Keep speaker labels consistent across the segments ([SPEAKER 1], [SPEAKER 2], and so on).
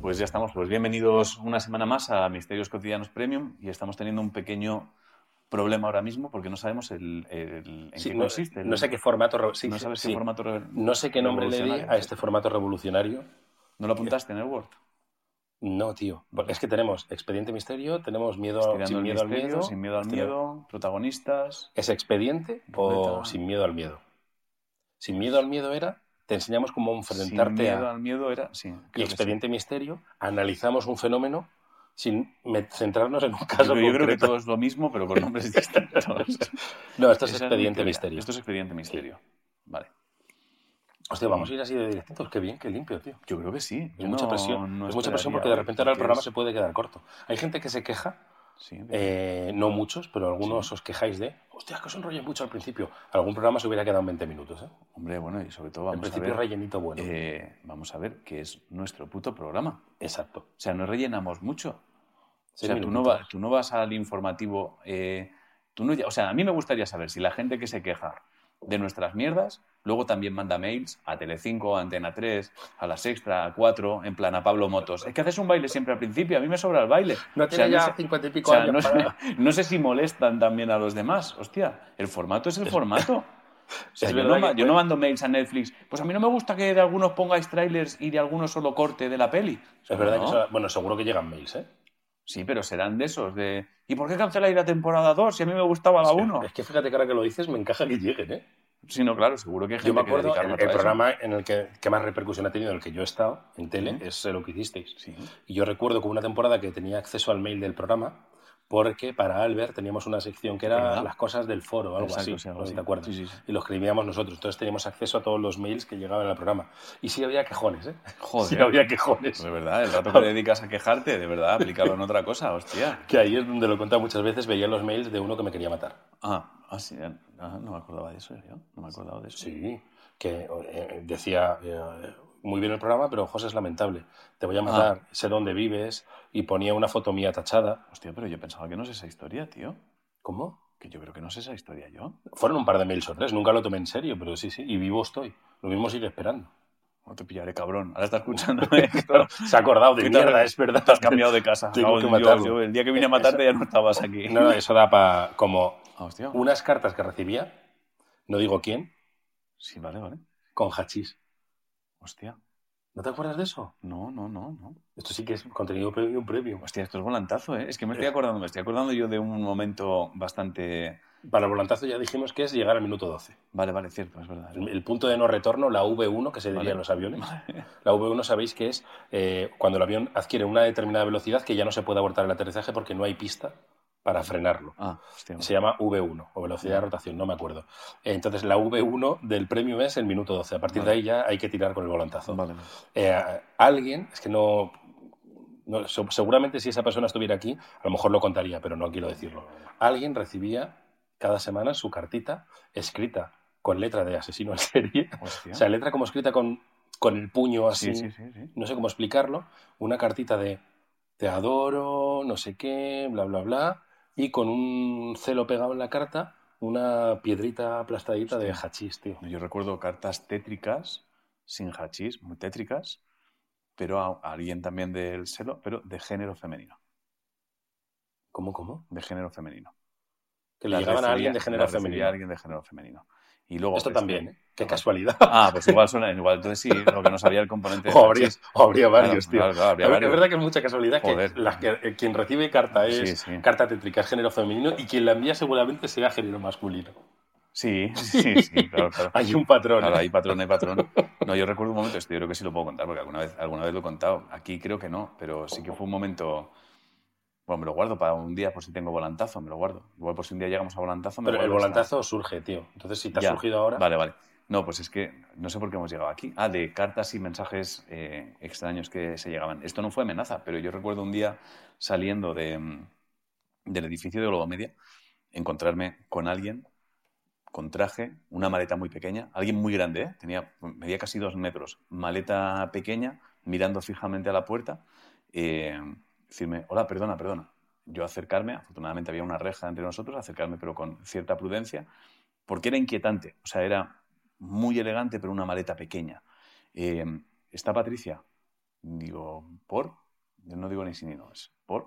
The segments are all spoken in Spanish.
[SPEAKER 1] Pues ya estamos, pues bienvenidos una semana más a Misterios Cotidianos Premium y estamos teniendo un pequeño problema ahora mismo porque no sabemos el, el- en
[SPEAKER 2] Sí,
[SPEAKER 1] qué
[SPEAKER 2] no,
[SPEAKER 1] consiste.
[SPEAKER 2] no sé qué formato. re- sí,
[SPEAKER 1] no
[SPEAKER 2] sí,
[SPEAKER 1] sabes
[SPEAKER 2] sí.
[SPEAKER 1] qué formato. re-
[SPEAKER 2] No sé qué nombre le di
[SPEAKER 1] revolucionario.
[SPEAKER 2] a este formato revolucionario.
[SPEAKER 1] ¿No lo apuntaste en el Word?
[SPEAKER 2] No, tío. Porque es que tenemos Expediente Misterio, tenemos miedo
[SPEAKER 1] Estirando
[SPEAKER 2] sin
[SPEAKER 1] el
[SPEAKER 2] miedo al
[SPEAKER 1] misterio,
[SPEAKER 2] miedo.
[SPEAKER 1] Sin miedo al
[SPEAKER 2] Hostia.
[SPEAKER 1] miedo, protagonistas.
[SPEAKER 2] ¿Es expediente o
[SPEAKER 1] Ruleta.
[SPEAKER 2] sin miedo al miedo? Sin miedo al miedo era, te enseñamos cómo
[SPEAKER 1] Sin
[SPEAKER 2] enfrentarte
[SPEAKER 1] miedo
[SPEAKER 2] a.
[SPEAKER 1] al miedo era. Sí.
[SPEAKER 2] Y
[SPEAKER 1] creo que sí.
[SPEAKER 2] expediente misterio, analizamos un fenómeno sin me- centrarnos en un
[SPEAKER 1] Yo,
[SPEAKER 2] caso
[SPEAKER 1] creo- yo creo que
[SPEAKER 2] concreto.
[SPEAKER 1] todo es lo mismo, pero con nombres distintos.
[SPEAKER 2] No, esto es
[SPEAKER 1] Esa mi
[SPEAKER 2] expediente
[SPEAKER 1] teoría.
[SPEAKER 2] misterio.
[SPEAKER 1] Esto es expediente misterio. Vale.
[SPEAKER 2] Hostia, vamos a ir así de directitos. Qué bien, qué limpio, tío.
[SPEAKER 1] Yo creo que sí.
[SPEAKER 2] Es
[SPEAKER 1] Yo
[SPEAKER 2] mucha
[SPEAKER 1] no-
[SPEAKER 2] presión.
[SPEAKER 1] no
[SPEAKER 2] es mucha
[SPEAKER 1] esperaría,
[SPEAKER 2] presión porque de repente ahora el
[SPEAKER 1] porque
[SPEAKER 2] programa
[SPEAKER 1] es-
[SPEAKER 2] se puede quedar corto. Hay gente que se queja
[SPEAKER 1] sí,
[SPEAKER 2] Eh, no muchos, pero algunos
[SPEAKER 1] Sí.
[SPEAKER 2] os quejáis de, hostia, que os enrolláis mucho al principio. Algún programa se hubiera quedado en 20 minutos. ¿eh?
[SPEAKER 1] hombre, bueno, y sobre todo
[SPEAKER 2] En
[SPEAKER 1] vamos a
[SPEAKER 2] principio,
[SPEAKER 1] ver.
[SPEAKER 2] rellenito bueno.
[SPEAKER 1] eh, vamos a ver que es nuestro puto programa.
[SPEAKER 2] Exacto.
[SPEAKER 1] O sea, nos rellenamos mucho. O
[SPEAKER 2] Seis
[SPEAKER 1] sea, tú no,
[SPEAKER 2] minutitos.
[SPEAKER 1] va- tú no vas al informativo. eh, tú no, lle- o sea, a mí me gustaría saber si la gente que se queja de nuestras mierdas, luego también manda mails a Telecinco, a Antena 3, a la Sexta, a 4, en plan a Pablo Motos. Es que haces un baile siempre al principio, a mí me sobra el baile.
[SPEAKER 2] No
[SPEAKER 1] O sea,
[SPEAKER 2] tiene ya
[SPEAKER 1] sé-
[SPEAKER 2] 50 y
[SPEAKER 1] o
[SPEAKER 2] pico
[SPEAKER 1] sea, no,
[SPEAKER 2] años.
[SPEAKER 1] sé,
[SPEAKER 2] para-
[SPEAKER 1] no sé si molestan también a los demás. Hostia, el formato es el formato. O sea,
[SPEAKER 2] Es
[SPEAKER 1] yo,
[SPEAKER 2] verdad
[SPEAKER 1] no, ma-
[SPEAKER 2] que-
[SPEAKER 1] yo no mando mails a Netflix. Pues a mí no me gusta que de algunos pongáis trailers y de algunos solo corte de la peli.
[SPEAKER 2] Es verdad
[SPEAKER 1] No.
[SPEAKER 2] que eso- bueno, seguro que llegan mails, ¿eh?
[SPEAKER 1] Sí, pero serán de esos. De, ¿Y por qué canceláis la temporada 2 si a mí me gustaba la 1?
[SPEAKER 2] Es que fíjate que ahora que lo dices, me encaja que lleguen, ¿eh?
[SPEAKER 1] Sí, no, claro, seguro que hay gente
[SPEAKER 2] Yo me
[SPEAKER 1] que
[SPEAKER 2] acuerdo,
[SPEAKER 1] dedicarlo
[SPEAKER 2] el,
[SPEAKER 1] para
[SPEAKER 2] el
[SPEAKER 1] eso.
[SPEAKER 2] programa en el que, que más repercusión ha tenido, en el que yo he estado en tele,
[SPEAKER 1] Ujú.
[SPEAKER 2] es eh, lo que hicisteis.
[SPEAKER 1] Sí.
[SPEAKER 2] Y yo recuerdo que hubo una temporada que tenía acceso al mail del programa, porque para Albert teníamos una sección que era
[SPEAKER 1] ¿Verdad?
[SPEAKER 2] las cosas del foro o algo
[SPEAKER 1] Exacto,
[SPEAKER 2] así,
[SPEAKER 1] sí, algo
[SPEAKER 2] no sé si
[SPEAKER 1] así.
[SPEAKER 2] te acuerdas.
[SPEAKER 1] Sí, sí, sí.
[SPEAKER 2] Y lo escribíamos nosotros, entonces teníamos acceso a todos los mails que llegaban al programa. Y sí había quejones, ¿eh?
[SPEAKER 1] Joder. pues
[SPEAKER 2] Sí había quejones.
[SPEAKER 1] De verdad, el rato que dedicas a quejarte, de verdad, aplicarlo en otra cosa, hostia.
[SPEAKER 2] Que ahí es donde lo he contado muchas veces, veía los mails de uno que me quería matar.
[SPEAKER 1] Ah, ah, sí, ah, no me acordaba de eso yo. No me acordaba de eso.
[SPEAKER 2] Sí, que eh, decía, eh, muy bien el programa, pero José es lamentable. Te
[SPEAKER 1] Ah.
[SPEAKER 2] voy a matar, sé dónde vives, y ponía una foto mía tachada.
[SPEAKER 1] Hostia, pero yo pensaba que no sé esa historia, tío.
[SPEAKER 2] ¿Cómo?
[SPEAKER 1] Que yo creo que no sé esa historia yo.
[SPEAKER 2] Fueron un par de mails o tres, nunca lo tomé en serio, pero sí, sí, y vivo estoy. Lo mismo sigue esperando.
[SPEAKER 1] No te pillaré, cabrón. Ahora está escuchando esto.
[SPEAKER 2] Se ha acordado de
[SPEAKER 1] ¿Qué te-
[SPEAKER 2] mierda, es verdad.
[SPEAKER 1] Te has cambiado de casa.
[SPEAKER 2] Tengo
[SPEAKER 1] Cago
[SPEAKER 2] que
[SPEAKER 1] en Dios,
[SPEAKER 2] matarlo.
[SPEAKER 1] yo el día que vine a matarte ya no estabas aquí.
[SPEAKER 2] No, no, eso da para como
[SPEAKER 1] Ah, hostia.
[SPEAKER 2] unas cartas que recibía, no digo quién,
[SPEAKER 1] Sí, vale, vale.
[SPEAKER 2] con hachís.
[SPEAKER 1] Hostia.
[SPEAKER 2] ¿No te acuerdas de eso?
[SPEAKER 1] No, no, no, no.
[SPEAKER 2] Esto sí que es contenido premium premium.
[SPEAKER 1] Hostia, esto es volantazo, ¿eh? Es que me estoy acordando, me estoy acordando yo de un momento bastante...
[SPEAKER 2] Para el volantazo ya dijimos que es llegar al minuto 12.
[SPEAKER 1] Vale, vale, cierto, es verdad.
[SPEAKER 2] El, el punto de no retorno, la V1, que se diría
[SPEAKER 1] Vale.
[SPEAKER 2] en los aviones. La V1 sabéis que es eh, cuando el avión adquiere una determinada velocidad que ya no se puede abortar el aterrizaje porque no hay pista para frenarlo.
[SPEAKER 1] Ah, hostia.
[SPEAKER 2] Se llama V1 o velocidad de rotación, no me acuerdo. Entonces la V1 del premium es el minuto 12. A partir de ahí ya hay que tirar con el volantazo.
[SPEAKER 1] Vale.
[SPEAKER 2] Eh, alguien, es que no, no- so- Seguramente si esa persona estuviera aquí, a lo mejor lo contaría, pero no quiero decirlo. Alguien recibía cada semana su cartita escrita con letra de asesino en serie.
[SPEAKER 1] Hostia.
[SPEAKER 2] O sea, letra como escrita con, con el puño así.
[SPEAKER 1] sí, sí, sí, sí.
[SPEAKER 2] No sé cómo explicarlo. Una cartita de te adoro, no sé qué, bla, bla, bla. Y con un celo pegado en la carta, una piedrita aplastadita de hachís, tío.
[SPEAKER 1] Yo recuerdo cartas tétricas, sin hachís, muy tétricas, pero a, a alguien también del selo, pero de género femenino.
[SPEAKER 2] ¿Cómo, cómo?
[SPEAKER 1] De género femenino.
[SPEAKER 2] Que le
[SPEAKER 1] Las
[SPEAKER 2] llegaban a
[SPEAKER 1] recibía-
[SPEAKER 2] alguien de género
[SPEAKER 1] las recibía
[SPEAKER 2] femenino.
[SPEAKER 1] alguien de género femenino. Y luego,
[SPEAKER 2] Esto
[SPEAKER 1] pues,
[SPEAKER 2] también, ¿eh? Qué
[SPEAKER 1] Vale.
[SPEAKER 2] casualidad.
[SPEAKER 1] Ah, pues igual suena igual. Entonces sí, lo que no sabía el componente de
[SPEAKER 2] O habría,
[SPEAKER 1] hachís.
[SPEAKER 2] o habría varios,
[SPEAKER 1] Claro,
[SPEAKER 2] tío.
[SPEAKER 1] claro, claro, habría
[SPEAKER 2] es
[SPEAKER 1] varios.
[SPEAKER 2] verdad que es mucha casualidad
[SPEAKER 1] Joder.
[SPEAKER 2] que, la que- eh, quien recibe carta es
[SPEAKER 1] Sí, sí.
[SPEAKER 2] carta tétrica, es género femenino, y quien la envía seguramente sea género masculino.
[SPEAKER 1] Sí, sí, sí, claro, claro.
[SPEAKER 2] Hay un patrón.
[SPEAKER 1] Claro,
[SPEAKER 2] ¿eh?
[SPEAKER 1] hay patrón, hay patrón. No, yo recuerdo un momento, esto yo creo que sí lo puedo contar, porque alguna vez, alguna vez lo he contado. Aquí creo que no, pero sí que fue un momento. Bueno, me lo guardo para un día por si tengo volantazo, me lo guardo. Igual por si un día llegamos a volantazo, me lo
[SPEAKER 2] Pero el
[SPEAKER 1] guardo esta-
[SPEAKER 2] volantazo surge, tío. Entonces, si te ha
[SPEAKER 1] Ya.
[SPEAKER 2] surgido ahora,
[SPEAKER 1] Vale, vale. No, pues es que no sé por qué hemos llegado aquí. Ah, de cartas y mensajes eh, extraños que se llegaban. Esto no fue amenaza, pero yo recuerdo un día saliendo de, mm, del edificio de Globomedia, encontrarme con alguien con traje, una maleta muy pequeña, alguien muy grande, ¿eh? tenía, medía casi dos metros, maleta pequeña, mirando fijamente a la puerta, eh, decirme, hola, perdona, perdona. Yo acercarme, afortunadamente había una reja entre nosotros, acercarme pero con cierta prudencia, porque era inquietante, o sea, era muy elegante pero una maleta pequeña. Eh, ¿Está Patricia? Digo, ¿por? Yo no digo ni sí ni no, es por.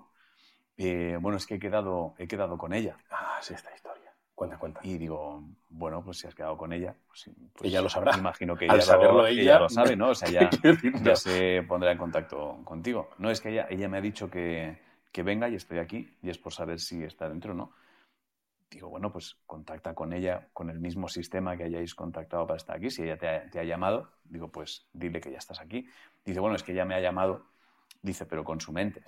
[SPEAKER 1] Eh, bueno, es que he quedado, he quedado con ella.
[SPEAKER 2] Ah, es esta historia. Cuenta, cuenta.
[SPEAKER 1] Y digo, bueno, pues si has quedado con ella, pues, pues
[SPEAKER 2] Ella lo sabrá.
[SPEAKER 1] Imagino que
[SPEAKER 2] Al
[SPEAKER 1] ella,
[SPEAKER 2] saberlo
[SPEAKER 1] lo,
[SPEAKER 2] ella-
[SPEAKER 1] lo sabe, ¿no? O sea, ya,
[SPEAKER 2] Quiero decir,
[SPEAKER 1] ya
[SPEAKER 2] no.
[SPEAKER 1] se pondrá en contacto contigo. No, es que ella, ella me ha dicho que, que venga y estoy aquí y es por saber si está dentro o no. Digo, bueno, pues contacta con ella con el mismo sistema que hayáis contactado para estar aquí. Si ella te ha, te ha llamado, digo, pues dile que ya estás aquí. Dice, bueno, es que ella me ha llamado, dice, pero con su mente.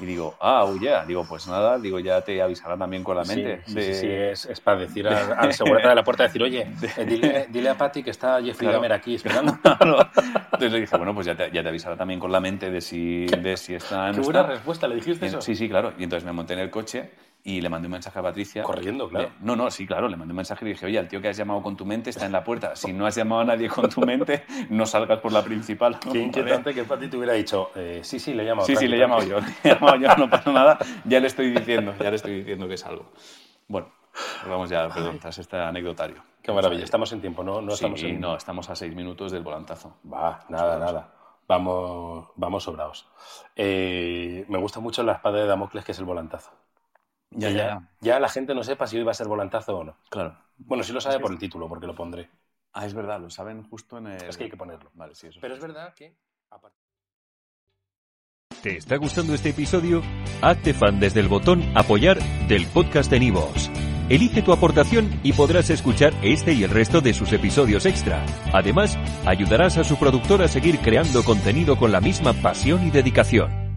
[SPEAKER 1] Y digo, ah, oh, yeah. Digo, pues nada, digo, ya te avisará también con la mente.
[SPEAKER 2] Sí, sí,
[SPEAKER 1] de-
[SPEAKER 2] sí, sí, es, es para decir al, al segurata de la puerta, decir, oye, eh, dile, dile a Patty que está Jeffrey
[SPEAKER 1] Claro.
[SPEAKER 2] Dahmer aquí esperando.
[SPEAKER 1] Claro. Entonces le dije, bueno, pues ya te, ya te avisará también con la mente de si, de si está.
[SPEAKER 2] Qué
[SPEAKER 1] no
[SPEAKER 2] buena
[SPEAKER 1] está.
[SPEAKER 2] respuesta, ¿le dijiste
[SPEAKER 1] Y-
[SPEAKER 2] eso?
[SPEAKER 1] Sí, sí, claro. Y entonces me monté en el coche y le mandé un mensaje a Patricia.
[SPEAKER 2] Corriendo, claro.
[SPEAKER 1] Le- No, no, sí, claro, le mandé un mensaje y dije, oye, el tío que has llamado con tu mente está en la puerta. Si no has llamado a nadie con tu mente, no salgas por la principal.
[SPEAKER 2] Qué
[SPEAKER 1] ¿Vale?
[SPEAKER 2] inquietante que Patty te hubiera dicho, eh, sí, sí, le he llamado.
[SPEAKER 1] Sí, sí,
[SPEAKER 2] tranqui,
[SPEAKER 1] le he llamado
[SPEAKER 2] tranqui.
[SPEAKER 1] yo. Le he llamado yo, no pasa nada. Ya le estoy diciendo, ya le estoy diciendo que salgo. Bueno, pues vamos ya, perdón, tras este anecdotario.
[SPEAKER 2] Qué maravilla, estamos en tiempo, no, no
[SPEAKER 1] No
[SPEAKER 2] estamos en...
[SPEAKER 1] no, estamos a seis minutos del volantazo.
[SPEAKER 2] Va, nada, nada. Vamos, vamos sobrados. Eh, me gusta mucho la espada de Damocles, que es el volantazo.
[SPEAKER 1] Ya,
[SPEAKER 2] Que
[SPEAKER 1] ya,
[SPEAKER 2] ya, ya la gente no sepa si hoy va a ser volantazo o no.
[SPEAKER 1] Claro.
[SPEAKER 2] Bueno, sí lo sabe
[SPEAKER 1] Es que-
[SPEAKER 2] por el título, porque lo pondré.
[SPEAKER 1] Ah, es verdad, lo saben justo en el...
[SPEAKER 2] Es que hay que ponerlo.
[SPEAKER 1] Vale, sí, eso
[SPEAKER 2] Pero es verdad que... aparte-
[SPEAKER 3] ¿Te está gustando este episodio? Hazte fan desde el botón Apoyar del podcast de Nivos. Elige tu aportación y podrás escuchar este y el resto de sus episodios extra. Además, ayudarás a su productor a seguir creando contenido con la misma pasión y dedicación.